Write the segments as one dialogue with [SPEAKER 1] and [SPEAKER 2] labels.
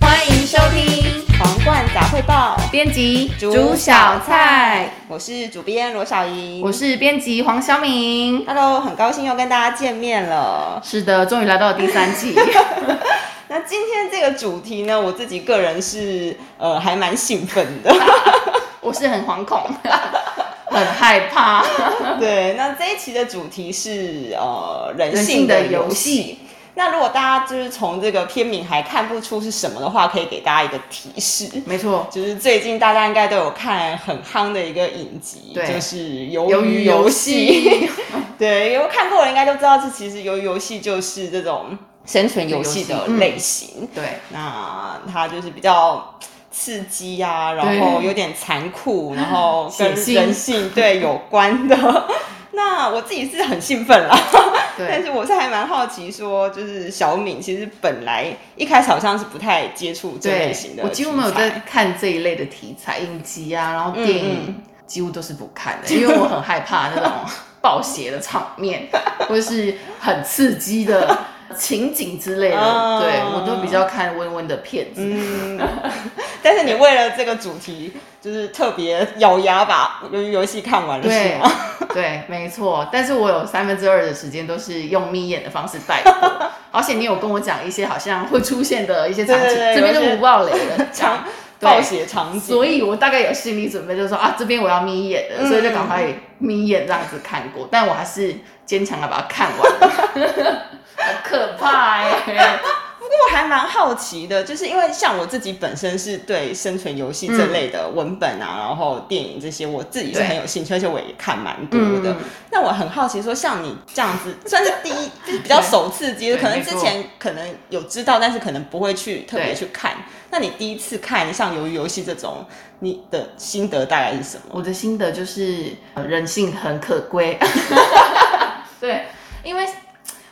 [SPEAKER 1] 欢迎收听《皇冠杂汇报》，
[SPEAKER 2] 编辑
[SPEAKER 1] 煮小菜，我是主编罗小莹。
[SPEAKER 2] 我是编辑黄晓明。
[SPEAKER 1] Hello，很高兴又跟大家见面了。
[SPEAKER 2] 是的，终于来到了第三 季。
[SPEAKER 1] 那今天这个主题呢，我自己个人是呃还蛮兴奋 的。
[SPEAKER 2] 我是很惶恐， 很害怕。
[SPEAKER 1] 对，那这一期的主题是呃 人
[SPEAKER 2] 人
[SPEAKER 1] 性
[SPEAKER 2] 性
[SPEAKER 1] 的
[SPEAKER 2] 的
[SPEAKER 1] 游
[SPEAKER 2] 游
[SPEAKER 1] 戏
[SPEAKER 2] 戏。
[SPEAKER 1] 那如果大家就是从这个片名还看不出是什么的话，可以给大家一个提示。
[SPEAKER 2] 没错，
[SPEAKER 1] 就是最近大家应该都有看很夯的一个影集，
[SPEAKER 2] 对
[SPEAKER 1] 就是《鱿鱼游
[SPEAKER 2] 鱿鱼
[SPEAKER 1] 戏》。 对，有看过的人应该都知道，这其实鱿鱼游戏就是这种生存游戏的类型。
[SPEAKER 2] 嗯对，
[SPEAKER 1] 那它就是比较刺激呀、然后有点残酷，然后跟
[SPEAKER 2] 啊血腥
[SPEAKER 1] 人性对有关的。 那我自己是很兴奋啦，
[SPEAKER 2] 对
[SPEAKER 1] 但是我是还蛮好奇，说就是小敏其实本来一开始好像是不太接触这类
[SPEAKER 2] 对
[SPEAKER 1] 型，的，
[SPEAKER 2] 我几乎没有在。看这一类的题材，影集啊，然后电影、
[SPEAKER 1] 嗯
[SPEAKER 2] 几乎都是不看的，因为我很害怕 那种暴血的场面，或是很刺激的情景之类的。
[SPEAKER 1] 哦
[SPEAKER 2] 对我都比较看温温的片子。
[SPEAKER 1] 嗯，但是你为了这个主题，就是特别 咬牙把鱿鱼游戏看完了，是
[SPEAKER 2] 对
[SPEAKER 1] 吗？
[SPEAKER 2] 对，没错。但是我有三分之二的时间都是用眯眼的方式带过，而且你有跟我讲一些好像会出现的一些场景，
[SPEAKER 1] 对对对
[SPEAKER 2] 这边
[SPEAKER 1] 有一些
[SPEAKER 2] 就无爆雷 了，这样
[SPEAKER 1] 场
[SPEAKER 2] 对
[SPEAKER 1] 暴血场景，
[SPEAKER 2] 所以我大概有心理准备，就是说啊，这边我要眯眼的，所以就赶快眯眼这样子看过。但我还是坚强的把它看完， 很可怕哎、
[SPEAKER 1] 我还蛮好奇的，就是因为像我自己本身是对生存游戏这类的文本啊，然后电影这些，我自己是很有兴趣，而且我也看蛮多的。
[SPEAKER 2] 嗯
[SPEAKER 1] 那我很好奇，说像你这样子，算是第一，就是比较首次接
[SPEAKER 2] 对
[SPEAKER 1] 触，可能
[SPEAKER 2] 没错
[SPEAKER 1] 之前可能有知道，但是可能不会去特别
[SPEAKER 2] 对
[SPEAKER 1] 去看。那你第一次看像鱿鱼游戏这种，你的心得大概是什么？
[SPEAKER 2] 我的心得就是呃人性很可贵， 对，因为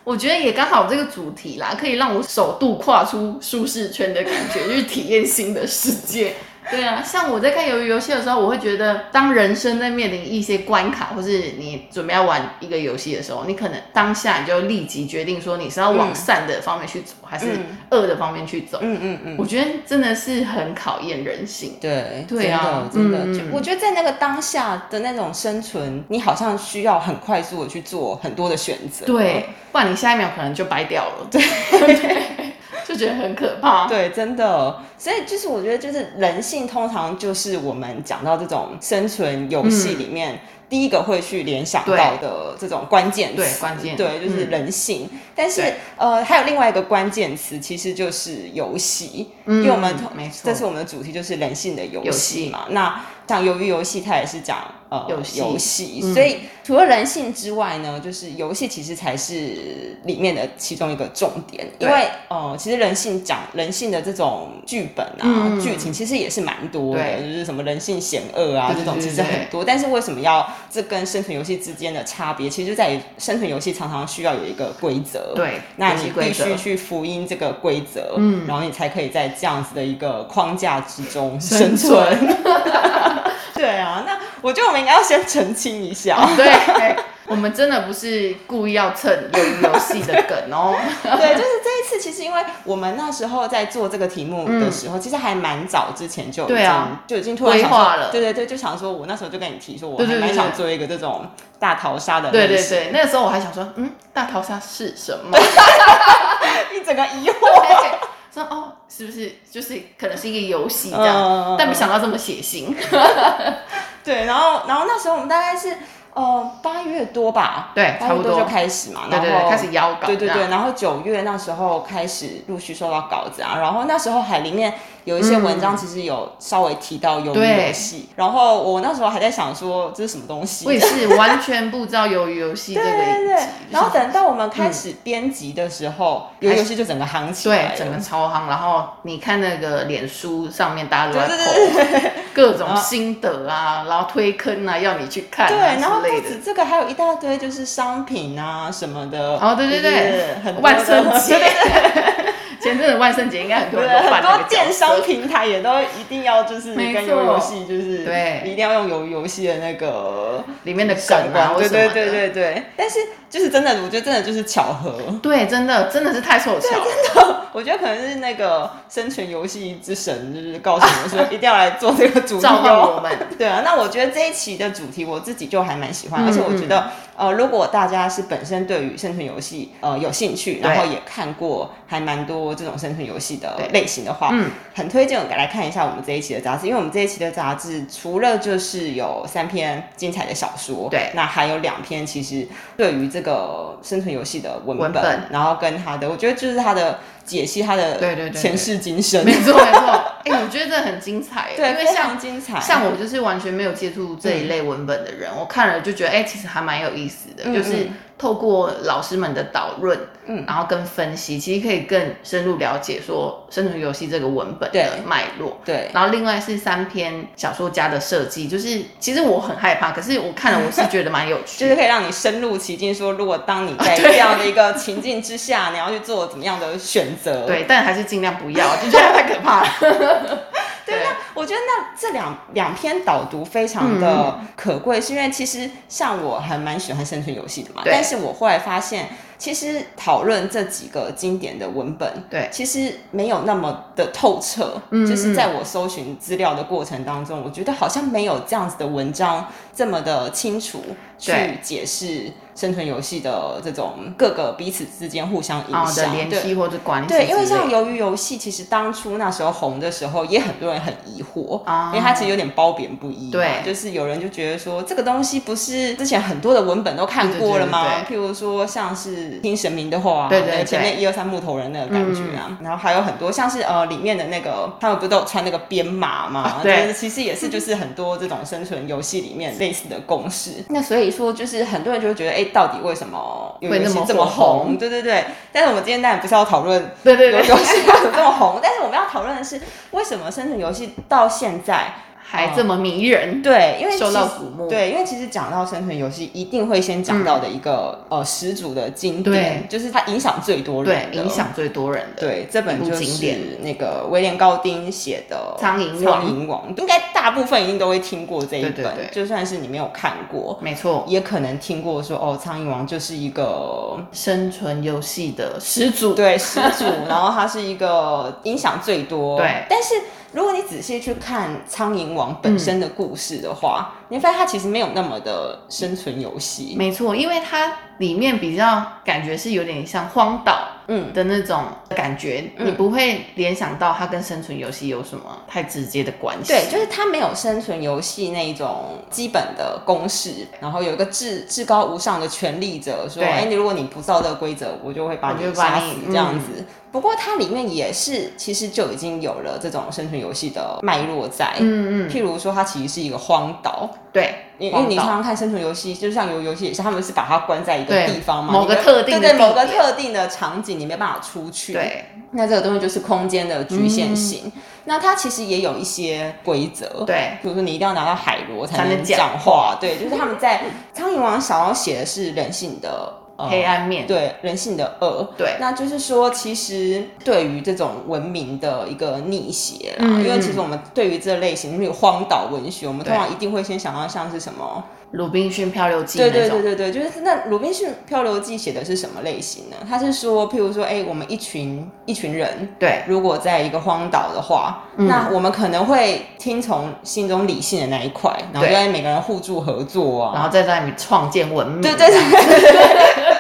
[SPEAKER 2] 我觉得也刚好这个主题啦，可以让我首度跨出舒适圈的感觉，去体验新的世界。 对啊，像我在看鱿鱼游戏的时候，我会觉得，当人生在面临一些关卡，或是你准备要玩一个游戏的时候，你可能当下你就立即决定说你是要往善的方面去走，还是
[SPEAKER 1] 嗯
[SPEAKER 2] 恶的方面去走。
[SPEAKER 1] 嗯嗯嗯，
[SPEAKER 2] 我觉得真的是很考验人性。
[SPEAKER 1] 对
[SPEAKER 2] 对啊
[SPEAKER 1] 真的，真
[SPEAKER 2] 嗯
[SPEAKER 1] 的就
[SPEAKER 2] 嗯
[SPEAKER 1] 我觉得在那个当下的那种生存，你好像需要很快速的去做很多的选择。
[SPEAKER 2] 对，不然你下一秒可能就掰掉了。对， 就觉得很可怕。
[SPEAKER 1] 对，真的，所以就是我觉得，就是人性通常就是我们讲到这种生存游戏里面、第一个会去联想
[SPEAKER 2] 嗯对
[SPEAKER 1] 到的这种关键词，
[SPEAKER 2] 对关键
[SPEAKER 1] 对，就是
[SPEAKER 2] 嗯
[SPEAKER 1] 人性。但是
[SPEAKER 2] 对
[SPEAKER 1] 呃，还有另外一个关键词，其实就是游戏，
[SPEAKER 2] 嗯
[SPEAKER 1] 因为我们通
[SPEAKER 2] 没错
[SPEAKER 1] 这次我们的主题就是人性的游
[SPEAKER 2] 游
[SPEAKER 1] 戏
[SPEAKER 2] 戏
[SPEAKER 1] 嘛。那像鱿鱼游戏，它也是讲呃
[SPEAKER 2] 游戏嗯
[SPEAKER 1] 游戏，所以除了人性之外呢，就是游戏其实才是里面的其中一个重点，因
[SPEAKER 2] 对
[SPEAKER 1] 为呃，其实人性讲人性的这种剧本啊、
[SPEAKER 2] 嗯
[SPEAKER 1] 剧、情，其实也是蛮多的，
[SPEAKER 2] 对
[SPEAKER 1] 就是什么人性险恶啊
[SPEAKER 2] 对
[SPEAKER 1] 这
[SPEAKER 2] 对
[SPEAKER 1] 种，其实
[SPEAKER 2] 对对
[SPEAKER 1] 很多。但是为什么要这跟生存游戏之间的差别，其实就在于生存游戏常常需要有一个规则，
[SPEAKER 2] 对
[SPEAKER 1] 那
[SPEAKER 2] 游戏
[SPEAKER 1] 你必
[SPEAKER 2] 规则
[SPEAKER 1] 须去福音这个规则，嗯，然后你才可以在这样子的一个框架之中
[SPEAKER 2] 生
[SPEAKER 1] 生存。 对啊，那我觉得我们应该要先澄清 一下。
[SPEAKER 2] 哦对，我们真的不是故意要蹭鱿鱼游戏的梗哦。
[SPEAKER 1] 对，就是这一次，其实因为我们那时候在做这个题目的时候，其实还蛮早之前就已经、
[SPEAKER 2] 对啊
[SPEAKER 1] 就已经 突然想
[SPEAKER 2] 规划
[SPEAKER 1] 说
[SPEAKER 2] 了
[SPEAKER 1] 对对对，就想说我那时候就跟你提说，我
[SPEAKER 2] 对
[SPEAKER 1] 还
[SPEAKER 2] 对
[SPEAKER 1] 蛮
[SPEAKER 2] 对
[SPEAKER 1] 想
[SPEAKER 2] 对
[SPEAKER 1] 做一个这种大逃杀的
[SPEAKER 2] 对
[SPEAKER 1] 类
[SPEAKER 2] 对
[SPEAKER 1] 型，
[SPEAKER 2] 对，那个时候我还想说，嗯，大逃杀是什 么？
[SPEAKER 1] 对，一整个疑惑。
[SPEAKER 2] 说哦，是不是就是可能是一个游戏这
[SPEAKER 1] 嗯嗯嗯
[SPEAKER 2] 样？但没想到这么血腥。
[SPEAKER 1] 对，然后然后那时候我们大概是呃八月多吧，
[SPEAKER 2] 对
[SPEAKER 1] 八
[SPEAKER 2] 差
[SPEAKER 1] 月
[SPEAKER 2] 不
[SPEAKER 1] 多
[SPEAKER 2] 多
[SPEAKER 1] 就开始嘛，
[SPEAKER 2] 对对
[SPEAKER 1] 然后
[SPEAKER 2] 对，开始邀稿。
[SPEAKER 1] 对对对，，然后九月那时候开始陆续收到稿子啊，然后那时候还里面有一些文章，其实有稍微提到鱿鱼游
[SPEAKER 2] 对
[SPEAKER 1] 戏，然后我那时候还在想说这是什么东西
[SPEAKER 2] 我，也是完全不知道鱿鱼游戏这个
[SPEAKER 1] 对对
[SPEAKER 2] 影
[SPEAKER 1] 对
[SPEAKER 2] 集。，
[SPEAKER 1] 然后等到我们开始编辑的时候，游
[SPEAKER 2] 还
[SPEAKER 1] 游
[SPEAKER 2] 是
[SPEAKER 1] 戏就嗯整个夯起来
[SPEAKER 2] 对
[SPEAKER 1] 了，
[SPEAKER 2] 整个超夯，然后你看那个脸书上面大家都在
[SPEAKER 1] 对对
[SPEAKER 2] 投
[SPEAKER 1] 对
[SPEAKER 2] 各种心得啊，然后推坑啊，要你去看、啊、
[SPEAKER 1] 对，然后
[SPEAKER 2] 之类
[SPEAKER 1] 不
[SPEAKER 2] 的
[SPEAKER 1] 止。这个，还有一大堆就是商品啊什么的。
[SPEAKER 2] 哦，对对
[SPEAKER 1] 就
[SPEAKER 2] 对
[SPEAKER 1] 是，很多的
[SPEAKER 2] 万圣 节
[SPEAKER 1] 对对，
[SPEAKER 2] 前阵子万圣节应该很多
[SPEAKER 1] 对，
[SPEAKER 2] 人都
[SPEAKER 1] 很
[SPEAKER 2] 办那
[SPEAKER 1] 多
[SPEAKER 2] 个
[SPEAKER 1] 电
[SPEAKER 2] 角
[SPEAKER 1] 商
[SPEAKER 2] 色，
[SPEAKER 1] 平台也都一定要就是跟
[SPEAKER 2] 没
[SPEAKER 1] 游
[SPEAKER 2] 错
[SPEAKER 1] 游戏就是
[SPEAKER 2] 对
[SPEAKER 1] 一定要用游游戏的那个
[SPEAKER 2] 里面的梗
[SPEAKER 1] 闪
[SPEAKER 2] 啊，
[SPEAKER 1] 光，
[SPEAKER 2] 或
[SPEAKER 1] 对
[SPEAKER 2] 什么
[SPEAKER 1] 对
[SPEAKER 2] 的
[SPEAKER 1] 对对对。但是就是真的，我觉得真的就是巧合。
[SPEAKER 2] 对，真的真的是太凑巧了。
[SPEAKER 1] 我觉得可能是那个生存游戏之神，就是告诉我们说一定要来做这个主 题
[SPEAKER 2] 召唤我
[SPEAKER 1] 哦。
[SPEAKER 2] 们。
[SPEAKER 1] 对啊，那我觉得这一期的主题我自己就还蛮喜欢，
[SPEAKER 2] 嗯
[SPEAKER 1] 而且我觉得呃，如果大家是本身对于生存游戏呃有兴趣，然后也看过还蛮多这种生存游戏的
[SPEAKER 2] 对
[SPEAKER 1] 类型的话，
[SPEAKER 2] 嗯，
[SPEAKER 1] 很推荐我们来看一下我们这一期的杂志，因为我们这一期的杂志除了就是有三篇精彩的小说，
[SPEAKER 2] 对
[SPEAKER 1] 那还有两篇其实对于这个生存游戏的文
[SPEAKER 2] 文本
[SPEAKER 1] 然后跟它的，我觉得就是它的解析它的
[SPEAKER 2] 对对对对
[SPEAKER 1] 前世今生，
[SPEAKER 2] 没错没错。哎、我觉得这很精彩耶，
[SPEAKER 1] 对，
[SPEAKER 2] 因为
[SPEAKER 1] 非
[SPEAKER 2] 像
[SPEAKER 1] 常精彩，
[SPEAKER 2] 像我就是完全没有接触这一类文本的人，我看了就觉得，哎、其实还蛮有意思的，
[SPEAKER 1] 嗯
[SPEAKER 2] 就是透过老师们的导论，嗯，然后跟分析，其实可以更深入了解说生存游戏这个文本
[SPEAKER 1] 对
[SPEAKER 2] 的脉络。
[SPEAKER 1] 对
[SPEAKER 2] 然后另外是三篇小说家的设计，就是其实我很害怕，可是我看了我是觉得蛮有趣
[SPEAKER 1] 就
[SPEAKER 2] 的
[SPEAKER 1] 是可以让你深入其境说如果当你在这样的一个情境之下，你要去做怎么样的选择？
[SPEAKER 2] 对，但还是尽量不要，就觉得太可怕了。
[SPEAKER 1] 对，那我觉得那这两两篇导读非常的
[SPEAKER 2] 嗯
[SPEAKER 1] 可贵，是因为其实像我还蛮喜欢生存游戏的嘛，
[SPEAKER 2] 对
[SPEAKER 1] 但是我后来发现，其实讨论这几个经典的文本，
[SPEAKER 2] 对
[SPEAKER 1] 其实没有那么的透彻，
[SPEAKER 2] 嗯
[SPEAKER 1] 就是在我搜寻资料的过程当中，我觉得好像没有这样子的文章这么的清楚去
[SPEAKER 2] 对
[SPEAKER 1] 解释生存游戏的这种各个彼此之间互相
[SPEAKER 2] 然
[SPEAKER 1] 影
[SPEAKER 2] 后哦的
[SPEAKER 1] 响，
[SPEAKER 2] 联
[SPEAKER 1] 对
[SPEAKER 2] 系或者关系之类
[SPEAKER 1] 对，
[SPEAKER 2] 的，
[SPEAKER 1] 因为像鱿鱼游戏，其实当初那时候红的时候，也很多人很疑惑，
[SPEAKER 2] 啊
[SPEAKER 1] 因为它其实有点褒贬不一嘛。
[SPEAKER 2] 对
[SPEAKER 1] 就是有人就觉得说，这个东西不是之前很多的文本都看过了吗？譬如说像是听神明的话啊，
[SPEAKER 2] 对对对嗯
[SPEAKER 1] 前面一二三木头人那个感觉啊，然后还有很多像是呃里面的那个，他们不都有穿那个编码嘛？
[SPEAKER 2] 啊对
[SPEAKER 1] 就是其实也是就是很多这种生存游戏里面类似的公式。那所以说，就是很多人就会觉得，哎、到底为什么鱿鱼
[SPEAKER 2] 会那
[SPEAKER 1] 游戏
[SPEAKER 2] 么
[SPEAKER 1] 这么
[SPEAKER 2] 火
[SPEAKER 1] 红？对对对。但是我们今天当然不是要讨论
[SPEAKER 2] 对对
[SPEAKER 1] 游
[SPEAKER 2] 对，
[SPEAKER 1] 游戏为什么这么红？但是我们要讨论的是，为什么生存游戏到现在
[SPEAKER 2] 还这么迷人，
[SPEAKER 1] 对，因为
[SPEAKER 2] 受到
[SPEAKER 1] 其实
[SPEAKER 2] 瞩目
[SPEAKER 1] 对，因为其实讲到生存游戏，一定会先讲到的一个、
[SPEAKER 2] 嗯
[SPEAKER 1] 呃始祖的经典，就是它影响最多
[SPEAKER 2] 对
[SPEAKER 1] 人，的
[SPEAKER 2] 影。响最多人的，
[SPEAKER 1] 对，这本
[SPEAKER 2] 一部
[SPEAKER 1] 就
[SPEAKER 2] 经
[SPEAKER 1] 是
[SPEAKER 2] 典
[SPEAKER 1] 那个威廉·高丁写的《
[SPEAKER 2] 苍蝇
[SPEAKER 1] 苍
[SPEAKER 2] 王
[SPEAKER 1] 蝇王》，应该大部分一定都会听过这一
[SPEAKER 2] 对
[SPEAKER 1] 本，
[SPEAKER 2] 对对
[SPEAKER 1] 就算是你没有看过，
[SPEAKER 2] 没错，
[SPEAKER 1] 也可能听过说哦，《苍蝇王》就是一个
[SPEAKER 2] 生存游戏的始祖。
[SPEAKER 1] 对始祖，然后它是一个影响最多。
[SPEAKER 2] 对，
[SPEAKER 1] 但是如果你仔细去看《苍蝇王》本身的故事的话，
[SPEAKER 2] 嗯
[SPEAKER 1] 你会发现它其实没有那么的生存游戏。
[SPEAKER 2] 没错，因为它里面比较感觉是有点像荒岛
[SPEAKER 1] 嗯，
[SPEAKER 2] 的那种感觉，你不会联想到它跟生存游戏有什么太直接的关系。
[SPEAKER 1] 对，就是它没有生存游戏那一种基本的公式，然后有一个至至高无上的权力者说：“
[SPEAKER 2] 对
[SPEAKER 1] 哎，你如果你不照这个规则，我就会把
[SPEAKER 2] 我就
[SPEAKER 1] 你
[SPEAKER 2] 把
[SPEAKER 1] 杀
[SPEAKER 2] 你嗯
[SPEAKER 1] 死。”这样子。不过它里面也是，其实就已经有了这种生存游戏的脉络在。
[SPEAKER 2] 嗯嗯，
[SPEAKER 1] 譬如说，它其实是一个荒岛，
[SPEAKER 2] 对，
[SPEAKER 1] 因因为
[SPEAKER 2] 荒
[SPEAKER 1] 你
[SPEAKER 2] 岛
[SPEAKER 1] 常常看生存游戏，就像游游戏也是，他们是把它关在一个
[SPEAKER 2] 对
[SPEAKER 1] 地方嘛，
[SPEAKER 2] 某
[SPEAKER 1] 你
[SPEAKER 2] 个
[SPEAKER 1] 没
[SPEAKER 2] 特定的
[SPEAKER 1] 对对
[SPEAKER 2] 地
[SPEAKER 1] 某个
[SPEAKER 2] 点
[SPEAKER 1] 特定的场景，你没办法出去。，
[SPEAKER 2] 对嗯
[SPEAKER 1] 那这个东西就是空间的局限性。那它其实也有一些规则，
[SPEAKER 2] 对
[SPEAKER 1] 比如说你一定要拿到海螺才
[SPEAKER 2] 才能
[SPEAKER 1] 能
[SPEAKER 2] 讲
[SPEAKER 1] 讲话，对，就是他们在《苍蝇王》想要写的是人性的、呃
[SPEAKER 2] 黑暗面，
[SPEAKER 1] 对人性的恶，
[SPEAKER 2] 对
[SPEAKER 1] 那就是说，其实对于这种文明的一个逆邪啦，
[SPEAKER 2] 嗯
[SPEAKER 1] 因为其实我们对于这类型，例如荒岛文学，我们通
[SPEAKER 2] 对
[SPEAKER 1] 常一定会先想到像是什么，
[SPEAKER 2] 鲁滨逊漂流记
[SPEAKER 1] 对
[SPEAKER 2] 那
[SPEAKER 1] 对对
[SPEAKER 2] 种，
[SPEAKER 1] 对对，就是那《鲁滨逊漂流记》写的是什么类型呢？他是说，譬如说，哎、我们一群一群人。
[SPEAKER 2] 对
[SPEAKER 1] 如果在一个荒岛的话，
[SPEAKER 2] 嗯
[SPEAKER 1] 那我们可能会听从心中理性的那一块，然
[SPEAKER 2] 对
[SPEAKER 1] 后就在每个人互助合作啊，
[SPEAKER 2] 然后再在你创建文明，
[SPEAKER 1] 对对对 对对，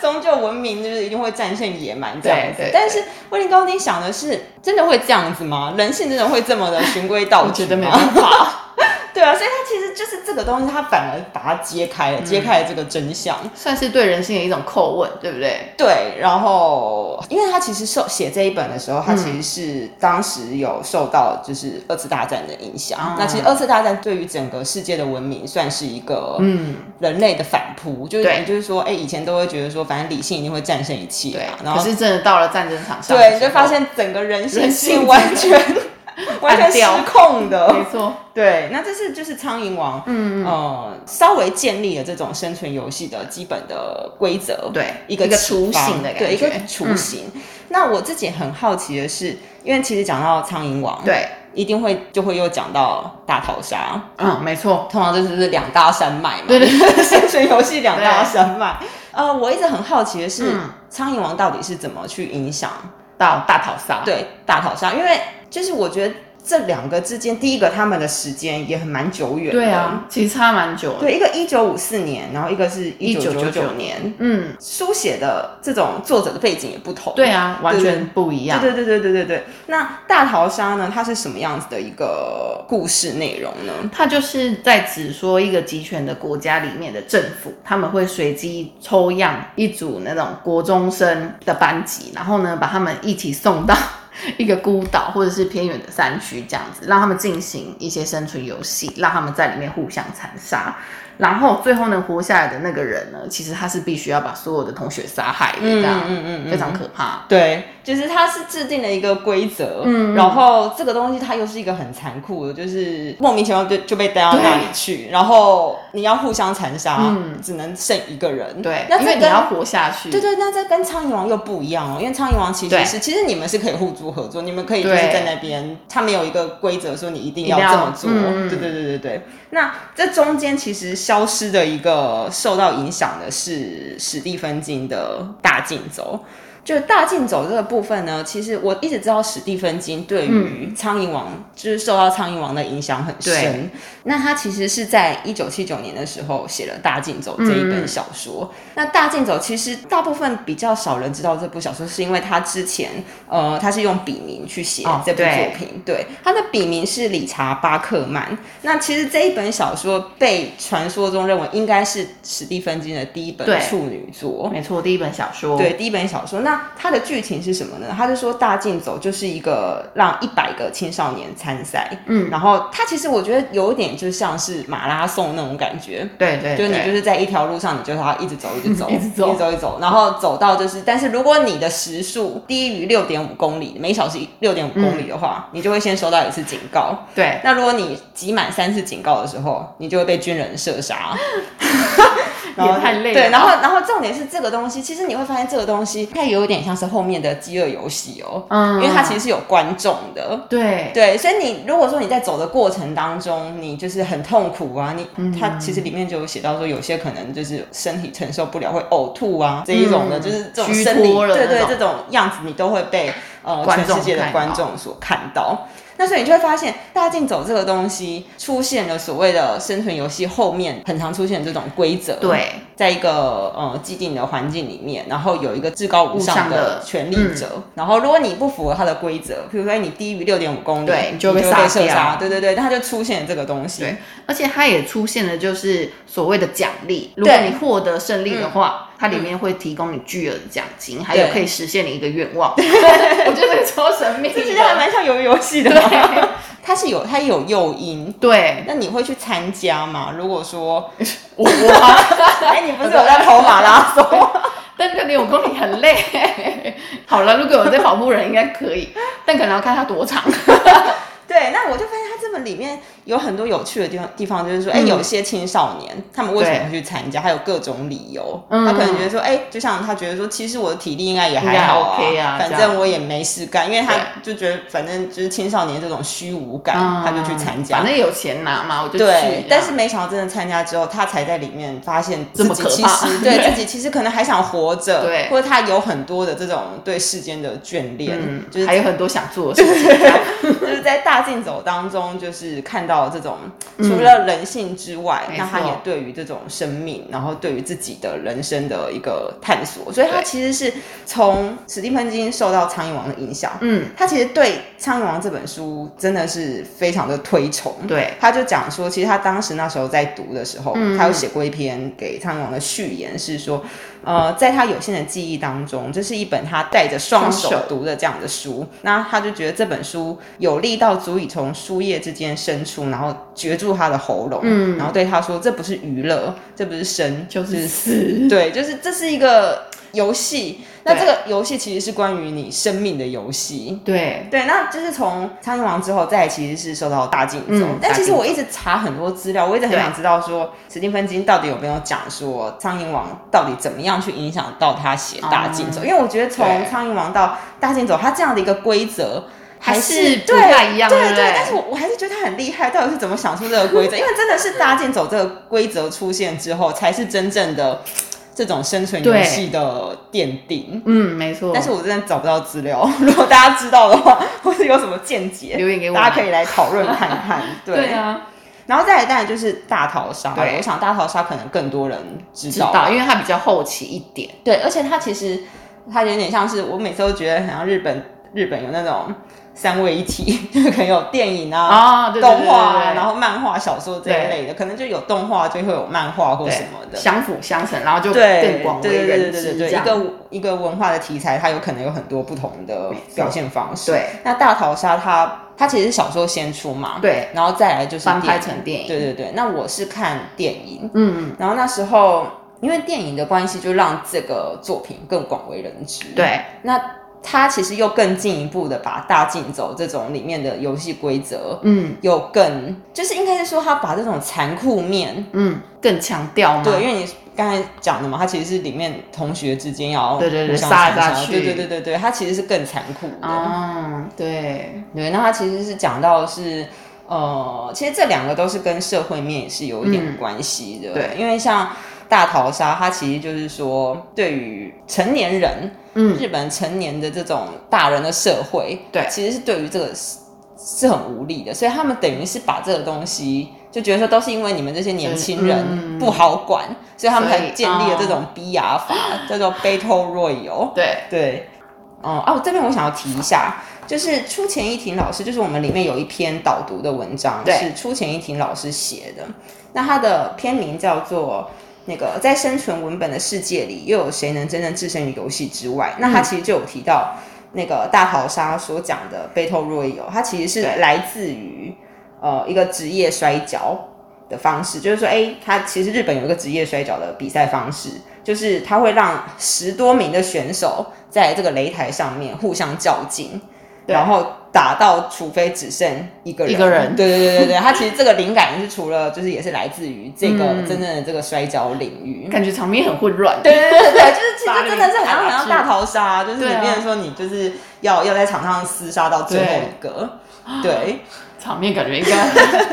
[SPEAKER 1] 终究文明就是一定会战胜野蛮这样子。
[SPEAKER 2] 对对对
[SPEAKER 1] 但是威廉高丁想的是，真的会这样子吗？人性真的会这么的循规蹈
[SPEAKER 2] 我
[SPEAKER 1] 矩
[SPEAKER 2] 觉得没
[SPEAKER 1] 吗？
[SPEAKER 2] 办法。
[SPEAKER 1] 对啊，所以他其实就是这个东西，他反而把它揭开
[SPEAKER 2] 嗯
[SPEAKER 1] 了，揭开了这个真相。
[SPEAKER 2] 算是对人性的一种叩问，对不对？
[SPEAKER 1] 对，然后因为他其实受写这一本的时候，他其实是当时有受到就是二次大战的影响。
[SPEAKER 2] 啊
[SPEAKER 1] 那其实二次大战对于整个世界的文明算是啊一个
[SPEAKER 2] 嗯，
[SPEAKER 1] 人类的反扑，就是
[SPEAKER 2] 对
[SPEAKER 1] 也就是说，哎、以前都会觉得说，反正理性一定会战胜一切
[SPEAKER 2] 对
[SPEAKER 1] 啊，。然
[SPEAKER 2] 可
[SPEAKER 1] 后
[SPEAKER 2] 是真的到了战争场上的时
[SPEAKER 1] 对，
[SPEAKER 2] 候，
[SPEAKER 1] 你就发现整个人性
[SPEAKER 2] 人
[SPEAKER 1] 是
[SPEAKER 2] 性
[SPEAKER 1] 完全完全失控
[SPEAKER 2] 没
[SPEAKER 1] 的。
[SPEAKER 2] 错，
[SPEAKER 1] 对，那这是就是苍蝇王，嗯呃，稍微建立了这种生存游戏的基本的规则，
[SPEAKER 2] 对
[SPEAKER 1] 一个
[SPEAKER 2] 一个
[SPEAKER 1] 启
[SPEAKER 2] 雏
[SPEAKER 1] 发
[SPEAKER 2] 形的感
[SPEAKER 1] 对，一个
[SPEAKER 2] 觉嗯
[SPEAKER 1] 雏形。那我自己很好奇的是，因为其实讲到苍蝇王，，
[SPEAKER 2] 对，
[SPEAKER 1] 一定会就会又讲到大逃杀，
[SPEAKER 2] 嗯，没错，
[SPEAKER 1] 通常这就是两大山脉嘛，
[SPEAKER 2] 对对
[SPEAKER 1] 生存游戏两大山脉。呃，我一直很好奇的是，
[SPEAKER 2] 嗯
[SPEAKER 1] 苍蝇王到底是怎么去影响
[SPEAKER 2] 到大逃杀，
[SPEAKER 1] 对大逃杀？因为就是我觉得这两个之间，第一个他们的时间也很蛮久远，
[SPEAKER 2] 对，啊，其实差蛮久的。
[SPEAKER 1] 对，一个一九五四年，然后一个是一九九九
[SPEAKER 2] 1999
[SPEAKER 1] 年，
[SPEAKER 2] 嗯，
[SPEAKER 1] 书写的这种作者的背景也不同，
[SPEAKER 2] 对啊，完全不一样。
[SPEAKER 1] 对对对对对对。那大逃杀呢？它是什么样子的一个故事内容呢？
[SPEAKER 2] 它就是在指说一个集权的国家里面的政府，他们会随机抽样一组那种国中生的班级，然后呢把他们一起送到一个孤岛或者是偏远的山区，这样子让他们进行一些生存游戏，让他们在里面互相残杀。然后最后呢，活下来的那个人呢，其实他是必须要把所有的同学杀害的，这样、
[SPEAKER 1] 嗯嗯嗯
[SPEAKER 2] 非常可怕。
[SPEAKER 1] 对，就是它是制定了一个规则，嗯，然后这个东西它又是一个很残酷的，就是莫名其妙就就被带到那里去，然后你要互相残杀，
[SPEAKER 2] 嗯
[SPEAKER 1] 只能剩一个人，
[SPEAKER 2] 对，
[SPEAKER 1] 那
[SPEAKER 2] 因
[SPEAKER 1] 这
[SPEAKER 2] 为
[SPEAKER 1] 跟
[SPEAKER 2] 你要活下去。
[SPEAKER 1] 对对，那这跟苍蝇王又不一样哦，因为苍蝇王其实
[SPEAKER 2] 对
[SPEAKER 1] 是，其实你们是可以互助合作，你们可以就是
[SPEAKER 2] 对
[SPEAKER 1] 在那边，他没有一个规则说你一定
[SPEAKER 2] 一
[SPEAKER 1] 要
[SPEAKER 2] 定要
[SPEAKER 1] 这么做，
[SPEAKER 2] 嗯
[SPEAKER 1] 对对对对对。那这中间其实消失的一个受到影响的是史蒂芬金的《大竞走》。就大竞走这个部分呢，其实我一直知道史蒂芬金对于苍蝇王、就是受到苍蝇王的影响很深
[SPEAKER 2] 嗯对。
[SPEAKER 1] 那他其实是在一九七九年的时候写了《大竞走》这一
[SPEAKER 2] 嗯嗯
[SPEAKER 1] 本
[SPEAKER 2] 嗯
[SPEAKER 1] 小说。那《大竞走》其实大部分比较少人知道这部小说，是因为他之前呃他是用笔名去写
[SPEAKER 2] 哦
[SPEAKER 1] 这部
[SPEAKER 2] 对
[SPEAKER 1] 作品，对他的笔名是理查·巴克曼。那其实这一本小说被传说中认为应该是史蒂芬金的第一本
[SPEAKER 2] 对
[SPEAKER 1] 处女作，
[SPEAKER 2] 没错，第一本小说。
[SPEAKER 1] 对，第一本小说。那它的剧情是什么呢？他就说大竞走就是一个让一百个青少年参赛，嗯，然后它其实我觉得有一点就像是马拉松那种感觉。
[SPEAKER 2] 对对
[SPEAKER 1] 就是你
[SPEAKER 2] 对嗯
[SPEAKER 1] 就是在一条路上，你就是要一直走，一直走，
[SPEAKER 2] 一直走
[SPEAKER 1] 一直走，一直走，然后走到就是，但是如果你的时速低于六点五公里，每小时六点五公里的话，
[SPEAKER 2] 嗯
[SPEAKER 1] 你就会先收到一次警告。
[SPEAKER 2] 对，
[SPEAKER 1] 那如果你集满三次警告的时候，你就会被军人射杀。
[SPEAKER 2] 也太累了
[SPEAKER 1] 对，然后然后重点是这个东西，其实你会发现这个东西它有点像是后面的饥饿游戏哦，
[SPEAKER 2] 嗯
[SPEAKER 1] 因为它其实是有观众的。
[SPEAKER 2] 对
[SPEAKER 1] 对，所以你如果说你在走的过程当中，你就是很痛苦啊，你、
[SPEAKER 2] 嗯
[SPEAKER 1] 它其实里面就有写到说，有些可能就是身体承受不了，会呕吐啊这一种的，
[SPEAKER 2] 嗯
[SPEAKER 1] 就是这种
[SPEAKER 2] 虚
[SPEAKER 1] 生理，
[SPEAKER 2] 脱了
[SPEAKER 1] 对对
[SPEAKER 2] 那，种
[SPEAKER 1] 这种样子你都会被呃
[SPEAKER 2] 观
[SPEAKER 1] 全
[SPEAKER 2] 众
[SPEAKER 1] 世界的
[SPEAKER 2] 看
[SPEAKER 1] 观
[SPEAKER 2] 到
[SPEAKER 1] 众所看到。那所以你就会发现，大竞走这个东西出现了所谓的生存游戏后面很常出现的这种规则，，
[SPEAKER 2] 对
[SPEAKER 1] 在一个呃既定的环境里面，然后有一个至高
[SPEAKER 2] 无
[SPEAKER 1] 无上
[SPEAKER 2] 上
[SPEAKER 1] 的
[SPEAKER 2] 的嗯
[SPEAKER 1] 权力者，然后如果你不符合他的规则，比如说你低于六点五公里，
[SPEAKER 2] 对
[SPEAKER 1] 你
[SPEAKER 2] 你就会被
[SPEAKER 1] 会被
[SPEAKER 2] 杀
[SPEAKER 1] 射
[SPEAKER 2] 掉
[SPEAKER 1] 杀，对对对，他就出现了这个东西，
[SPEAKER 2] 对，而且它也出现了就是所谓的奖励，如果
[SPEAKER 1] 对嗯
[SPEAKER 2] 你获得胜利的话，它里面会提供你巨额的奖金，还
[SPEAKER 1] 对
[SPEAKER 2] 有可以实现你一个愿 望。我觉得这个超神秘
[SPEAKER 1] 这其实还
[SPEAKER 2] 的，
[SPEAKER 1] 蛮像游游戏的嘛， 它是有它有诱因。
[SPEAKER 2] 对，
[SPEAKER 1] 那你会去参加吗？如 果说，
[SPEAKER 2] 我我，
[SPEAKER 1] 哎、你不是有在跑马拉松吗？
[SPEAKER 2] 但六点五公里很累。 好了，如果有在跑步人应该可以，但可能要看它多长。
[SPEAKER 1] 对，那我就发现他这本里面有很多有趣的地方，地方就是说，哎、
[SPEAKER 2] 嗯
[SPEAKER 1] 有些青少年他们为什么
[SPEAKER 2] 对
[SPEAKER 1] 会去参加，还有各种理由。
[SPEAKER 2] 嗯
[SPEAKER 1] 他可能觉得说，哎、就像他觉得说，其实我的体力应该也
[SPEAKER 2] 应
[SPEAKER 1] 还
[SPEAKER 2] 该
[SPEAKER 1] 好啊
[SPEAKER 2] OK 啊
[SPEAKER 1] 反
[SPEAKER 2] 这样
[SPEAKER 1] 正我也没事干，因为他
[SPEAKER 2] 对
[SPEAKER 1] 就觉得反正就是青少年这种虚无感，他就去参加
[SPEAKER 2] 啊嗯反。正有钱拿嘛，我就去啊这样
[SPEAKER 1] 对，但是没想到真的参加之后，他才在里面发现自
[SPEAKER 2] 这么
[SPEAKER 1] 己
[SPEAKER 2] 可
[SPEAKER 1] 其
[SPEAKER 2] 怕
[SPEAKER 1] 实对
[SPEAKER 2] 对
[SPEAKER 1] 自己其实可能还想活着，
[SPEAKER 2] 对
[SPEAKER 1] 或者他有很多的这种对世间的眷恋，
[SPEAKER 2] 嗯，
[SPEAKER 1] 就是
[SPEAKER 2] 还有很多想做的事 情。
[SPEAKER 1] 就是在大竞走当中，就是看到这种除了人性之外，
[SPEAKER 2] 嗯没
[SPEAKER 1] 那他
[SPEAKER 2] 错
[SPEAKER 1] 也对于这种生命，然后对于自己的人生的一个探索，所以他
[SPEAKER 2] 对
[SPEAKER 1] 其实是从史蒂芬金受到《苍蝇王》的影响，
[SPEAKER 2] 嗯，
[SPEAKER 1] 他其实对《苍蝇王》这本书真的是非常的推崇。
[SPEAKER 2] 对，
[SPEAKER 1] 他就讲说，其实他当时那时候在读的时候，
[SPEAKER 2] 嗯
[SPEAKER 1] 他有写过一篇给苍蝇王的序言，是说，呃，在他有限的记忆当中，这是一本他带着双手
[SPEAKER 2] 双手
[SPEAKER 1] 读的这样的书。那他就觉得这本书有力到足以从书页之间伸出，然后攫住他的喉咙，
[SPEAKER 2] 嗯
[SPEAKER 1] 然后对他说：“这不是娱乐，这不是生，
[SPEAKER 2] 就是死。
[SPEAKER 1] 对，就是这是一个游戏。那
[SPEAKER 2] 对
[SPEAKER 1] 这个游戏其实是关于你生命的游戏。”
[SPEAKER 2] 对，
[SPEAKER 1] 对，那就是从苍蝇王之后，再其实是受到大竞走。
[SPEAKER 2] 嗯
[SPEAKER 1] 但其实
[SPEAKER 2] 大竞
[SPEAKER 1] 我一直查很多资料，我一直很
[SPEAKER 2] 对
[SPEAKER 1] 想知道说，史蒂芬金到底有没有讲说苍蝇王到底怎么样去影响到他写大竞走？因为我觉得从
[SPEAKER 2] 啊对
[SPEAKER 1] 苍蝇王到大竞走，他这样的一个规则。
[SPEAKER 2] 还
[SPEAKER 1] 还
[SPEAKER 2] 是不
[SPEAKER 1] 对
[SPEAKER 2] 太一样
[SPEAKER 1] 对
[SPEAKER 2] 对不对
[SPEAKER 1] 但是我我还是觉得他很厉害，到底是怎么想出这个规则？因为真的是大竞走这个规则出现之后，才是真正的这种生存游戏的奠定。
[SPEAKER 2] 嗯，没错。
[SPEAKER 1] 但是我真的找不到资料， 如果大家知道的话， 或是有什么见解，
[SPEAKER 2] 留言给我们，
[SPEAKER 1] 大家可以来讨论看 看。对，
[SPEAKER 2] 对啊，
[SPEAKER 1] 然后再来当然就是大逃杀了，
[SPEAKER 2] 对
[SPEAKER 1] 我想大逃杀可能更多人知
[SPEAKER 2] 知
[SPEAKER 1] 道
[SPEAKER 2] 道，因为它比较后期一点。
[SPEAKER 1] 对，而且它其实它有点像是我每次都觉得很像日本，日本有那种三位一体， 就是可能有电影啊、
[SPEAKER 2] 啊，对对对
[SPEAKER 1] 动画
[SPEAKER 2] 对
[SPEAKER 1] 啊，
[SPEAKER 2] 对
[SPEAKER 1] 然后漫画、小说这一类的，可能就有动画就会有漫画或
[SPEAKER 2] 对
[SPEAKER 1] 什么的。
[SPEAKER 2] 相辅相成，然后就
[SPEAKER 1] 对
[SPEAKER 2] 更广，为
[SPEAKER 1] 对对对
[SPEAKER 2] 人
[SPEAKER 1] 对
[SPEAKER 2] 知
[SPEAKER 1] 对
[SPEAKER 2] 这
[SPEAKER 1] 对，一
[SPEAKER 2] 样。
[SPEAKER 1] 个一个文化的题材，它有可能有很多不同的表现方式。
[SPEAKER 2] 对，
[SPEAKER 1] 那大逃杀它它其实是小说先出嘛，
[SPEAKER 2] 对，
[SPEAKER 1] 然后再来就是
[SPEAKER 2] 翻拍
[SPEAKER 1] 电
[SPEAKER 2] 成电
[SPEAKER 1] 影
[SPEAKER 2] 影。
[SPEAKER 1] 对对对，那我是看电影，
[SPEAKER 2] 嗯，
[SPEAKER 1] 然后那时候因为电影的关系，就让这个作品更广为人知。，
[SPEAKER 2] 对，
[SPEAKER 1] 那它其实又更进一步的把《大竞走》这种里面的游戏规则，
[SPEAKER 2] 嗯
[SPEAKER 1] 又更就是应该是说，它把这种残酷面，
[SPEAKER 2] 嗯，更强调嘛。
[SPEAKER 1] 对，因为你刚才讲的嘛，它其实是里面同学之间要
[SPEAKER 2] 对对对
[SPEAKER 1] 互相
[SPEAKER 2] 杀来
[SPEAKER 1] 残杀
[SPEAKER 2] 杀去
[SPEAKER 1] 对对对对对，它其实是更残酷的。
[SPEAKER 2] 啊，对，
[SPEAKER 1] 对，那它其实是讲到是，呃，其实这两个都是跟社会面也是有一点关系的、
[SPEAKER 2] 嗯对，
[SPEAKER 1] 因为像大逃杀，它其实就是说对于成年人，
[SPEAKER 2] 嗯，
[SPEAKER 1] 日本成年的这种大人的社会，
[SPEAKER 2] 对
[SPEAKER 1] 其实是对于这个是是很无力的，所以他们等于是把这个东西。就觉得说都是因为你们这些年
[SPEAKER 2] 是
[SPEAKER 1] 轻人
[SPEAKER 2] 嗯
[SPEAKER 1] 不好管，所以他们
[SPEAKER 2] 所
[SPEAKER 1] 才
[SPEAKER 2] 以
[SPEAKER 1] 建立了这
[SPEAKER 2] 哦
[SPEAKER 1] 种 BR 法，叫做 Battle Royale。
[SPEAKER 2] 对，
[SPEAKER 1] 对，哦、啊，我这边我想要提一下，就是出前一婷老师，就是我们里面有一篇导读的文章
[SPEAKER 2] 对
[SPEAKER 1] 是出前一婷老师写的，那他的篇名叫做。那个在生存文本的世界里，又有谁能真正置身于游戏之外？那他其实就有提到那个大逃杀所讲的 Battle Royale，它其实是
[SPEAKER 2] 对
[SPEAKER 1] 来自于呃一个职业摔跤的方式，就是说，哎、它其实日本有一个职业摔跤的比赛方式，就是它会让十多名的选手在这个擂台上面互相较劲，
[SPEAKER 2] 对
[SPEAKER 1] 然后打到除非只剩一个人。
[SPEAKER 2] 一个人
[SPEAKER 1] 对对对对对，它其实这个灵感是除了就是也是来自于这个
[SPEAKER 2] 嗯
[SPEAKER 1] 真正的这个摔跤领域。
[SPEAKER 2] 感觉场面很混乱。
[SPEAKER 1] 对对对对，就是其实真的是很像
[SPEAKER 2] 把你
[SPEAKER 1] 很像大逃杀、就是
[SPEAKER 2] 对
[SPEAKER 1] 你
[SPEAKER 2] 啊
[SPEAKER 1] 变成说你就是要要在场上厮杀到最后
[SPEAKER 2] 对
[SPEAKER 1] 一个，对。
[SPEAKER 2] 场面感觉应 该很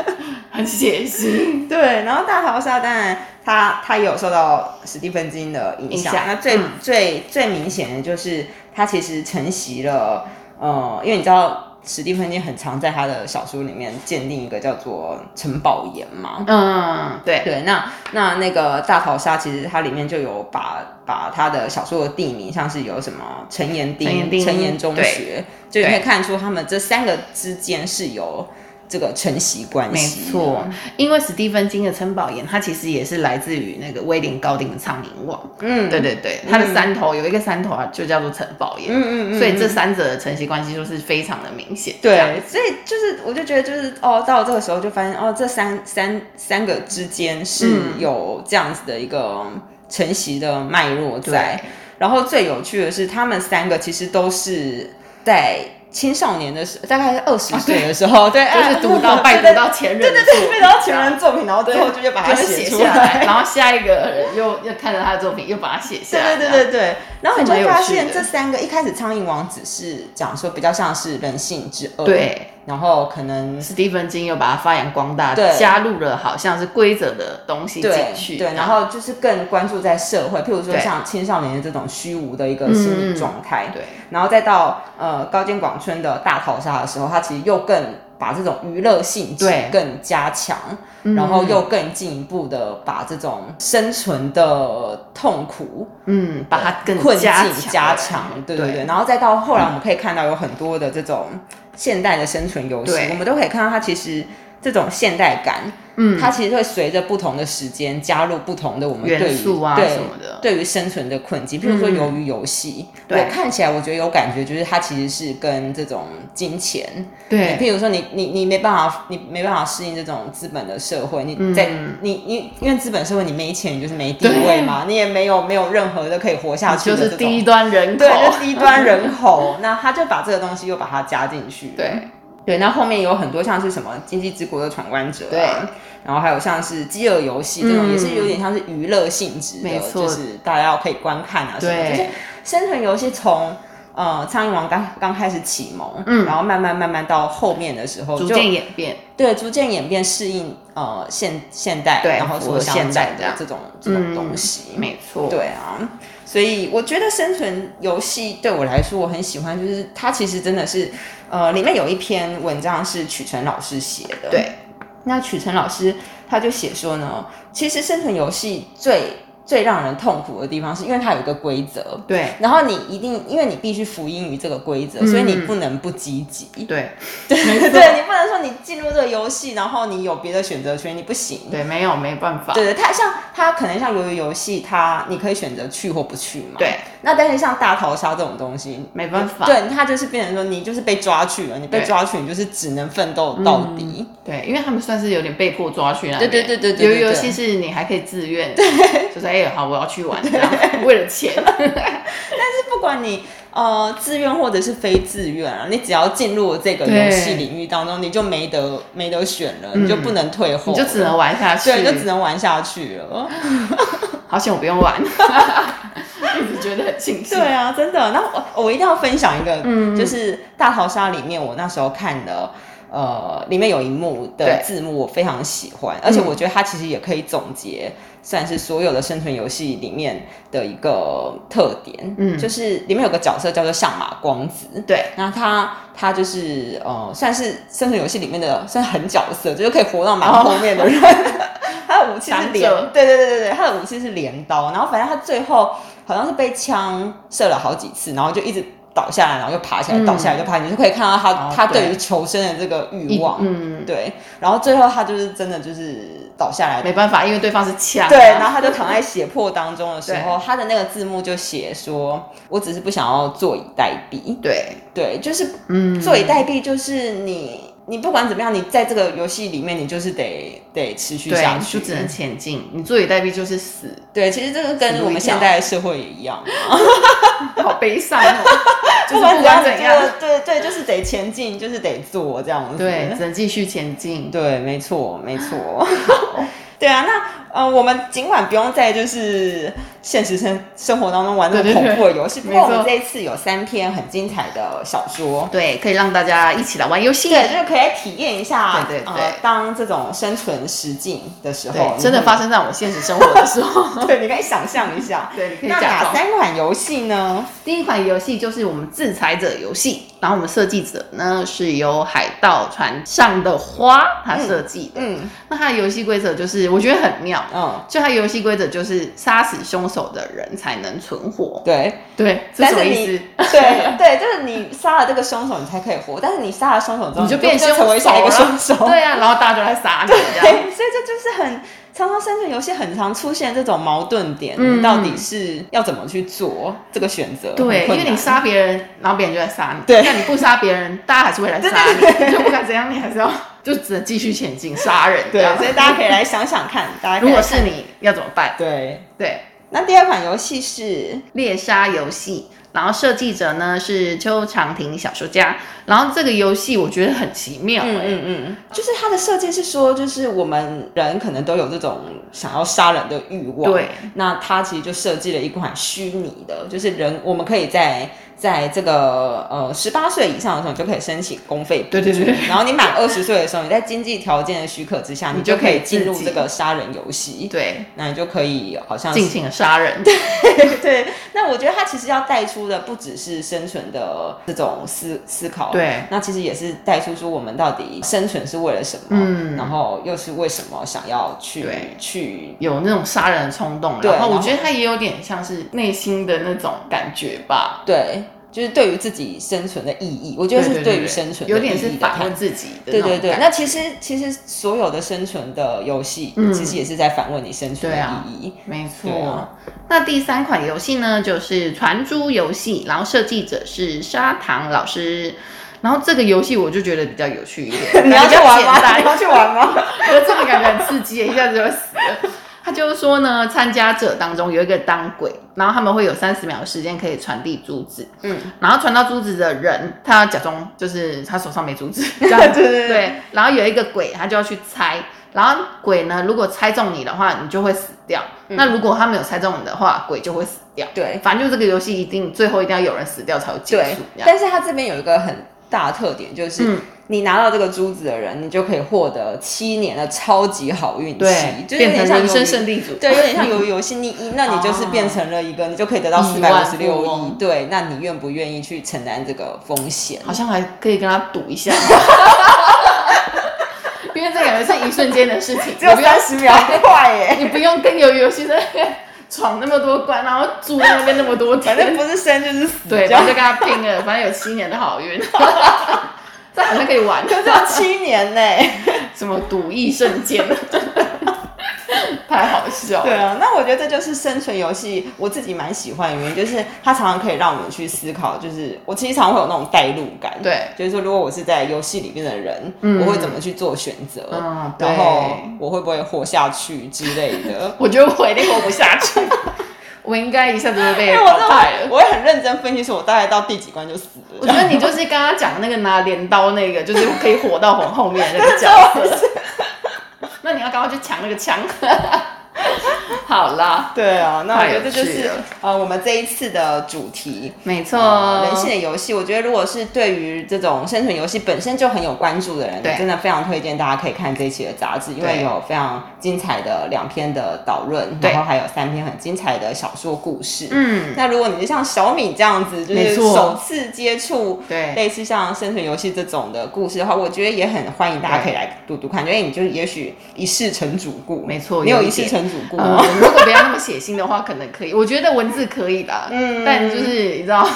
[SPEAKER 2] 很血腥。
[SPEAKER 1] 对，然后大逃杀当然它它也有受到史蒂芬金的影响。
[SPEAKER 2] 影响
[SPEAKER 1] 那最、
[SPEAKER 2] 嗯
[SPEAKER 1] 最最明显的就是它其实承袭了呃，因为你知道史蒂芬金很常在他的小说里面鉴定一个叫做城堡岩嘛。
[SPEAKER 2] 嗯，对，
[SPEAKER 1] 对，那那那个大逃杀，其实它里面就有把把他的小说的地名，像是有什么陈延
[SPEAKER 2] 陈
[SPEAKER 1] 町
[SPEAKER 2] 延、町
[SPEAKER 1] 陈延中
[SPEAKER 2] 对
[SPEAKER 1] 学，就你可以看出他们这三个之间是有这个承袭关
[SPEAKER 2] 没
[SPEAKER 1] 系。
[SPEAKER 2] 错，，因为史蒂芬金的《城堡岩》，它其实也是来自于那个威廉·高定的《苍蝇网》。
[SPEAKER 1] 嗯，
[SPEAKER 2] 对对对，它的山头有一个山头啊，就叫做城堡岩。
[SPEAKER 1] 嗯嗯嗯，
[SPEAKER 2] 所以这三者的承袭关系就是非常的明显。这样
[SPEAKER 1] 对，所以就是我就觉得就是哦，到了这个时候就发现哦，这三三三个之间是
[SPEAKER 2] 嗯
[SPEAKER 1] 有这样子的一个承袭的脉络在。然后最有趣的是，他们三个其实都是在青少年的时，大概二十岁的时候，对，哎
[SPEAKER 2] 就是读到拜读到前人的
[SPEAKER 1] 对
[SPEAKER 2] 作
[SPEAKER 1] 对
[SPEAKER 2] 品，
[SPEAKER 1] 对，背到前人作品，然后最后就就把它
[SPEAKER 2] 就
[SPEAKER 1] 写
[SPEAKER 2] 写
[SPEAKER 1] 出
[SPEAKER 2] 下来，
[SPEAKER 1] 来。
[SPEAKER 2] 然后下一个人又又看着他的作品，又把它写下
[SPEAKER 1] 对
[SPEAKER 2] 来。
[SPEAKER 1] 对
[SPEAKER 2] 这
[SPEAKER 1] 对
[SPEAKER 2] 样
[SPEAKER 1] 对对，然后你就会
[SPEAKER 2] 这蛮有
[SPEAKER 1] 发
[SPEAKER 2] 趣
[SPEAKER 1] 现
[SPEAKER 2] 的
[SPEAKER 1] 这三个一开始苍蝇王只是讲说比较像是人性之恶，，
[SPEAKER 2] 对，
[SPEAKER 1] 然后可能
[SPEAKER 2] 史蒂芬金又把它发扬光大
[SPEAKER 1] 对，
[SPEAKER 2] 加入了好像是规则的东西进
[SPEAKER 1] 对
[SPEAKER 2] 去。
[SPEAKER 1] 对，然后就是更关注在社会，譬如说
[SPEAKER 2] 对
[SPEAKER 1] 像青少年的这种虚无的一个心理状态，
[SPEAKER 2] 对
[SPEAKER 1] 然后再到呃高间广春的大逃杀的时候，他其实又更把这种娱乐性质
[SPEAKER 2] 对嗯
[SPEAKER 1] 更加强，然后又更进一步的把这种生存的痛苦
[SPEAKER 2] 嗯，把它更
[SPEAKER 1] 困境
[SPEAKER 2] 加
[SPEAKER 1] 加强，对对对，然后再到后来，我们可以看到有很多的这种现代的生存游戏
[SPEAKER 2] 对，
[SPEAKER 1] 我们都可以看到它其实这种现代感，嗯，它其实会随着不同的时间加入不同的我们对
[SPEAKER 2] 元
[SPEAKER 1] 于
[SPEAKER 2] 素啊
[SPEAKER 1] 对
[SPEAKER 2] 什么的嗯
[SPEAKER 1] 对于生存的困境，比如说鱿鱼游戏，
[SPEAKER 2] 对
[SPEAKER 1] 我看起来我觉得有感觉，就是它其实是跟这种金钱，
[SPEAKER 2] 对
[SPEAKER 1] 譬如说你你你没办法，你没办法适应这种资本的社会，你在、
[SPEAKER 2] 嗯
[SPEAKER 1] 你你因为资本社会你没钱你就是没地位嘛，你也没有没有任何的可以活下去
[SPEAKER 2] 就
[SPEAKER 1] 的这
[SPEAKER 2] 是
[SPEAKER 1] 种，
[SPEAKER 2] 低端人口
[SPEAKER 1] 对，就是低端人口，那他就把这个东西又把它加 进去，
[SPEAKER 2] 对
[SPEAKER 1] 对，那后面有很多像是什么《经济之国的闯关者》
[SPEAKER 2] 对
[SPEAKER 1] 啊，然后还有像是《饥饿游戏》这种，
[SPEAKER 2] 嗯
[SPEAKER 1] 也是有点像是娱乐性质的
[SPEAKER 2] 没，错
[SPEAKER 1] 就是大家要可以观看啊什么，
[SPEAKER 2] 对
[SPEAKER 1] 就是生存游戏从。呃，苍蝇王刚刚开始启蒙，
[SPEAKER 2] 嗯
[SPEAKER 1] 然后慢慢慢慢到后面的时候，
[SPEAKER 2] 逐
[SPEAKER 1] 就
[SPEAKER 2] 渐演变。
[SPEAKER 1] 对逐渐演变适应呃现现代，
[SPEAKER 2] 对
[SPEAKER 1] 然后
[SPEAKER 2] 符合
[SPEAKER 1] 所
[SPEAKER 2] 现
[SPEAKER 1] 现
[SPEAKER 2] 代
[SPEAKER 1] 代
[SPEAKER 2] 这
[SPEAKER 1] 的
[SPEAKER 2] 样嗯
[SPEAKER 1] 这种这种东西，
[SPEAKER 2] 没错，
[SPEAKER 1] 对啊，所以我觉得生存游戏对我来说我很喜欢，就是它其实真的是，呃，里面有一篇文章是曲晨老师写的。
[SPEAKER 2] 对，
[SPEAKER 1] 那曲晨老师他就写说呢，其实生存游戏最最让人痛苦的地方，是因为它有一个规则，
[SPEAKER 2] 对
[SPEAKER 1] 然后你一定因为你必须服膺于这个规则，所以你不能不积极。
[SPEAKER 2] 对
[SPEAKER 1] 对， 对你不能说你进入这个游戏，然后你有别的选择权，你不行。
[SPEAKER 2] 对，没有没办法，
[SPEAKER 1] 对对，它像它可能像鱿鱼游戏，它你可以选择去或不去嘛。
[SPEAKER 2] 对，
[SPEAKER 1] 那但是像大逃杀这种东西，
[SPEAKER 2] 没办法，
[SPEAKER 1] 对它就是变成说你就是被抓去了，你被
[SPEAKER 2] 对
[SPEAKER 1] 抓去，你就是只能奋斗到底。
[SPEAKER 2] 对，因为他们算是有点被迫抓去那
[SPEAKER 1] 对
[SPEAKER 2] 边。
[SPEAKER 1] 对对对对
[SPEAKER 2] 由
[SPEAKER 1] 对
[SPEAKER 2] 于游戏
[SPEAKER 1] 对
[SPEAKER 2] 是你还可以自愿，就是哎、好，我要去玩，这样 为了 钱，
[SPEAKER 1] 就是不管你呃自愿或者是非自愿啊，你只要进入了这个游戏
[SPEAKER 2] 对
[SPEAKER 1] 领域当中，你就没得没得选了，嗯你就不能退后
[SPEAKER 2] 你
[SPEAKER 1] 了，
[SPEAKER 2] 就只能玩下去。
[SPEAKER 1] 对，你就只能玩下去了。
[SPEAKER 2] 好险我不用 玩，一直觉得很庆幸。
[SPEAKER 1] 对啊，真的。那我我一定要分享一个，就是《大逃杀》里面我那时候看的，呃，里面有一幕的
[SPEAKER 2] 对
[SPEAKER 1] 字幕我非常喜欢，而且我觉得它其实也可以总结，算是所有的生存游戏里面的一个特点。
[SPEAKER 2] 嗯
[SPEAKER 1] 就是里面有个角色叫做相马光子，
[SPEAKER 2] 对
[SPEAKER 1] 那他他就是呃，算是生存游戏里面的算是狠角色，就是可以活到蛮后面的人。哦 他的武器是
[SPEAKER 2] 强
[SPEAKER 1] 镰
[SPEAKER 2] 者，
[SPEAKER 1] 对对对对对，他的武器是镰刀。然后反正他最后好像是被枪射了好几次，然后就一直倒下来，然后又爬起来，
[SPEAKER 2] 嗯
[SPEAKER 1] 倒下来就爬起来，你就可以看到他、
[SPEAKER 2] 哦
[SPEAKER 1] 他
[SPEAKER 2] 对
[SPEAKER 1] 对于求生的这个欲
[SPEAKER 2] 一
[SPEAKER 1] 望。
[SPEAKER 2] 嗯，
[SPEAKER 1] 对，然后最后他就是真的就是倒下来，
[SPEAKER 2] 没办法，因为对方是枪啊。
[SPEAKER 1] 对，然后他就躺在血泊当中的时 候，他的那个字幕就写说：“我只是不想要坐以待毙。”
[SPEAKER 2] 对，
[SPEAKER 1] 对，就是
[SPEAKER 2] 嗯，
[SPEAKER 1] 坐以待毙，就是你你不管怎么样，你在这个游戏里面，你就是得得持续
[SPEAKER 2] 对，
[SPEAKER 1] 下
[SPEAKER 2] 你
[SPEAKER 1] 去嗯
[SPEAKER 2] 就。只能前进，你坐以待毙就是死，
[SPEAKER 1] 对，其实这个跟我们现在的社会也一样，
[SPEAKER 2] 好悲伤 哦。就是不管怎样，，
[SPEAKER 1] 对对，就是得前进，就是得做这样子。
[SPEAKER 2] 对，只能继续前进。
[SPEAKER 1] 对，没错，没 错。 对啊，那呃，我们尽管不用在就是现实生生活当中玩那
[SPEAKER 2] 对
[SPEAKER 1] 种
[SPEAKER 2] 对对
[SPEAKER 1] 恐怖的游戏，不
[SPEAKER 2] 没
[SPEAKER 1] 过我们
[SPEAKER 2] 错
[SPEAKER 1] 这一次有三篇很精彩的小说，
[SPEAKER 2] 对，可以让大家一起来玩游戏。
[SPEAKER 1] 对，就是可以来体验一下，
[SPEAKER 2] 对对
[SPEAKER 1] 呃
[SPEAKER 2] 对，
[SPEAKER 1] 当这种生存实境的时候，
[SPEAKER 2] 对，真的发生在我现实生活的时 候。
[SPEAKER 1] 生，对，你可以想象一下，
[SPEAKER 2] 对你可以
[SPEAKER 1] 那
[SPEAKER 2] 假
[SPEAKER 1] 哪
[SPEAKER 2] 装
[SPEAKER 1] 三款游戏呢？
[SPEAKER 2] 第一款游戏就是我们制裁者游戏，然后我们设计者呢是由海盗船上的花他设计的。
[SPEAKER 1] 嗯
[SPEAKER 2] 那它的游戏规则就是我觉得很妙，
[SPEAKER 1] 嗯，
[SPEAKER 2] 就它的游戏规则就是杀死凶手的人才能存活。
[SPEAKER 1] 对，
[SPEAKER 2] 对，这
[SPEAKER 1] 但
[SPEAKER 2] 是什
[SPEAKER 1] 是
[SPEAKER 2] 么
[SPEAKER 1] 你
[SPEAKER 2] 意思？
[SPEAKER 1] 对对，就是你杀了这个凶手，你才可以活，但是你杀了凶手之后，
[SPEAKER 2] 你就变
[SPEAKER 1] 嗯就成为下一个凶手，
[SPEAKER 2] 对啊，然后大家就来杀你这样。
[SPEAKER 1] 对，所以这就是很常常生存游戏很常出现这种矛盾点，
[SPEAKER 2] 嗯
[SPEAKER 1] 你到底是要怎么去做这个选择？
[SPEAKER 2] 对，
[SPEAKER 1] 很
[SPEAKER 2] 因
[SPEAKER 1] 困
[SPEAKER 2] 为
[SPEAKER 1] 难
[SPEAKER 2] 你杀别人，然后别人就来杀你。
[SPEAKER 1] 对
[SPEAKER 2] 那你不杀别人，大家还是会来杀你。
[SPEAKER 1] 对对对
[SPEAKER 2] 就不管怎样，你还是 要就只能继续前进杀人。这
[SPEAKER 1] 对，
[SPEAKER 2] 样
[SPEAKER 1] 所以大家可以来想想看，大家可
[SPEAKER 2] 如
[SPEAKER 1] 以
[SPEAKER 2] 果
[SPEAKER 1] 来
[SPEAKER 2] 是你要怎么办？
[SPEAKER 1] 对。
[SPEAKER 2] 对，
[SPEAKER 1] 那第二款游戏是
[SPEAKER 2] 猎杀游戏，然后设计者呢是邱长廷小说家，然后这个游戏我觉得很奇妙、欸，
[SPEAKER 1] 嗯嗯嗯，就是它的设计是说，就是我们人可能都有这种想要杀人的欲望。
[SPEAKER 2] 对，
[SPEAKER 1] 那它其实就设计了一款虚拟的，就是人我们可以在在这个呃十八岁以上的时候，你就可以申请公费。
[SPEAKER 2] 对对对对
[SPEAKER 1] 然后你满二十岁的时候，你在经济条件的许可之下，
[SPEAKER 2] 你
[SPEAKER 1] 你
[SPEAKER 2] 就
[SPEAKER 1] 就
[SPEAKER 2] 可
[SPEAKER 1] 可
[SPEAKER 2] 以
[SPEAKER 1] 以进入
[SPEAKER 2] 自己
[SPEAKER 1] 这个杀人游戏。
[SPEAKER 2] 对，
[SPEAKER 1] 那你就可以好像
[SPEAKER 2] 尽
[SPEAKER 1] 是
[SPEAKER 2] 情的杀人，
[SPEAKER 1] 对，那我觉得它其实要带出的不只是生存的这种思思考，
[SPEAKER 2] 对，
[SPEAKER 1] 那其实也是带出说我们到底生存是为了什么，
[SPEAKER 2] 嗯
[SPEAKER 1] 然后又是为什么想要去
[SPEAKER 2] 对
[SPEAKER 1] 去，
[SPEAKER 2] 有那种杀人的冲动，
[SPEAKER 1] 对
[SPEAKER 2] 然后我
[SPEAKER 1] 然后
[SPEAKER 2] 觉得他也有点像是内心的那种感觉吧，
[SPEAKER 1] 对，就是对于自己生存的意义，我觉得是对于生存
[SPEAKER 2] 有
[SPEAKER 1] 的意
[SPEAKER 2] 点是
[SPEAKER 1] 义的
[SPEAKER 2] 反
[SPEAKER 1] 探
[SPEAKER 2] 问自己的
[SPEAKER 1] 对
[SPEAKER 2] 那种
[SPEAKER 1] 对
[SPEAKER 2] 感觉，
[SPEAKER 1] 对，那其实其实所有的生存的游戏，
[SPEAKER 2] 嗯
[SPEAKER 1] 其实也是在反问你生存的
[SPEAKER 2] 对啊
[SPEAKER 1] 意 义。
[SPEAKER 2] 没
[SPEAKER 1] 对
[SPEAKER 2] 错
[SPEAKER 1] 啊。
[SPEAKER 2] 那第三款游戏呢，就是传珠游戏，然后设计者是砂糖老师。然后这个游戏我就觉得比较有趣一 点，
[SPEAKER 1] 你要
[SPEAKER 2] 比
[SPEAKER 1] 去
[SPEAKER 2] 较
[SPEAKER 1] 玩
[SPEAKER 2] 简
[SPEAKER 1] 吗？
[SPEAKER 2] 单
[SPEAKER 1] 你要去玩吗？
[SPEAKER 2] 我这个感觉很刺激，一下子就死了。他就说呢，参加者当中有一个当鬼，然后他们会有三十秒的时间可以传递珠子，
[SPEAKER 1] 嗯，
[SPEAKER 2] 然后传到珠子的人，他 要假装就是他手上没珠子，这样
[SPEAKER 1] 对对对
[SPEAKER 2] 对，然后有一个鬼，他就要去猜，然后鬼呢，如果猜中你的话，你就会死掉；那如果他没有猜中你的话，鬼就会死掉。
[SPEAKER 1] 嗯对
[SPEAKER 2] 反正就这个游戏一定最后一定要有人死掉才有结
[SPEAKER 1] 对
[SPEAKER 2] 束。这样
[SPEAKER 1] 但是它这边有一个很大的特点，就是、
[SPEAKER 2] 嗯
[SPEAKER 1] 你拿到这个珠子的人，你就可以获得七年的超级好运气，
[SPEAKER 2] 对，
[SPEAKER 1] 就有
[SPEAKER 2] 变
[SPEAKER 1] 点
[SPEAKER 2] 成
[SPEAKER 1] 像
[SPEAKER 2] 人
[SPEAKER 1] 鱿鱼
[SPEAKER 2] 生胜利组。
[SPEAKER 1] 对，有点像 鱿鱼游戏，你赢，那你就是变成了一个，你就可以得到四
[SPEAKER 2] 亿
[SPEAKER 1] 百五
[SPEAKER 2] 万
[SPEAKER 1] 十
[SPEAKER 2] 富
[SPEAKER 1] 六亿。
[SPEAKER 2] 翁
[SPEAKER 1] 对，那你愿不愿意去承担这个风险？
[SPEAKER 2] 好像还可以跟他赌 一下，因为这感觉是一瞬间的事情，
[SPEAKER 1] 只有
[SPEAKER 2] 你不用
[SPEAKER 1] 三十秒，很快耶！
[SPEAKER 2] 你不用跟游游戏在那边闯那么多关，然后住在那边那么多
[SPEAKER 1] 反正
[SPEAKER 2] 天，
[SPEAKER 1] 不是生就是死，
[SPEAKER 2] 对，
[SPEAKER 1] 这
[SPEAKER 2] 然
[SPEAKER 1] 样
[SPEAKER 2] 后就跟他拼了，反正有七年的好运， 这好像可以玩，
[SPEAKER 1] 就只有七年呢。
[SPEAKER 2] 什么赌艺圣 剑，太好笑
[SPEAKER 1] 对
[SPEAKER 2] 了。
[SPEAKER 1] 啊，那我觉得这就是生存游戏，我自己蛮喜欢的原因，就是它常常可以让我们去思考，就是我其实常会有那种代入感，
[SPEAKER 2] 对，
[SPEAKER 1] 就是说如果我是在游戏里面的人，
[SPEAKER 2] 嗯
[SPEAKER 1] 我会怎么去做选择，
[SPEAKER 2] 嗯对。
[SPEAKER 1] 然后我会不会活下去之类的
[SPEAKER 2] 我觉得我一定活不下去， 我应该一下子就被
[SPEAKER 1] 因为我
[SPEAKER 2] 淘
[SPEAKER 1] 真
[SPEAKER 2] 汰了
[SPEAKER 1] 的，。我会很认真分析，说我大概到第几关就死了。
[SPEAKER 2] 我觉得你就是刚刚讲那个拿镰刀那个，就是可以火到很后面的那个角 色。那你要赶快去抢那个 枪。好啦，
[SPEAKER 1] 对啊，那我觉得这就
[SPEAKER 2] 太有
[SPEAKER 1] 是
[SPEAKER 2] 趣了
[SPEAKER 1] 呃我们这一次的主题。
[SPEAKER 2] 没错，
[SPEAKER 1] 呃，人性的游戏，我觉得如果是对于这种生存游戏本身就很有关注的人，
[SPEAKER 2] 对
[SPEAKER 1] 真的非常推荐大家可以看这一期的杂志，因为
[SPEAKER 2] 对
[SPEAKER 1] 有非常精彩的两篇的导论，
[SPEAKER 2] 对
[SPEAKER 1] 然后还有三篇很精彩的小说故事。
[SPEAKER 2] 嗯，
[SPEAKER 1] 那如果你是像小敏这样子，就
[SPEAKER 2] 没
[SPEAKER 1] 是
[SPEAKER 2] 错
[SPEAKER 1] 首次接触
[SPEAKER 2] 对
[SPEAKER 1] 类似像生存游戏这种的故事的话，我觉得也很欢迎大家可以来读读看，因为你就是也许一世成主顾，
[SPEAKER 2] 没错
[SPEAKER 1] 你
[SPEAKER 2] 有
[SPEAKER 1] 有
[SPEAKER 2] 一
[SPEAKER 1] 一世
[SPEAKER 2] 点
[SPEAKER 1] 成主顾吗
[SPEAKER 2] 呃？，如果不要那么写信的话，可能可以。我觉得文字可以的，嗯，但就是你知道，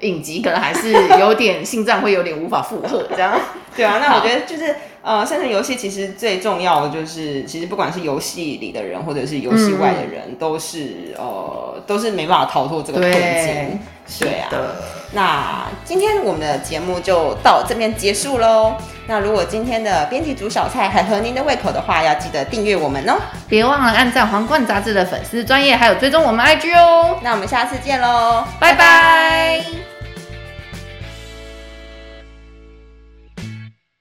[SPEAKER 2] 影集可能还是有点心脏会有点无法负荷这样。
[SPEAKER 1] 对啊，那
[SPEAKER 2] 好
[SPEAKER 1] 我觉得就是呃，生存游戏其实最重要的就是，其实不管是游戏里的人或者是游戏外的人，都是呃都是没办法逃脱这个困境。对啊，
[SPEAKER 2] 的，
[SPEAKER 1] 那今天我们的节目就到这边结束喽。那如果今天的编辑煮小菜还合您的胃口的话，要记得订阅我们哦。
[SPEAKER 2] 别忘了按赞《皇冠杂志》的粉丝专业，还有追踪我们 IG 哦。
[SPEAKER 1] 那我们下次见喽，
[SPEAKER 2] 拜拜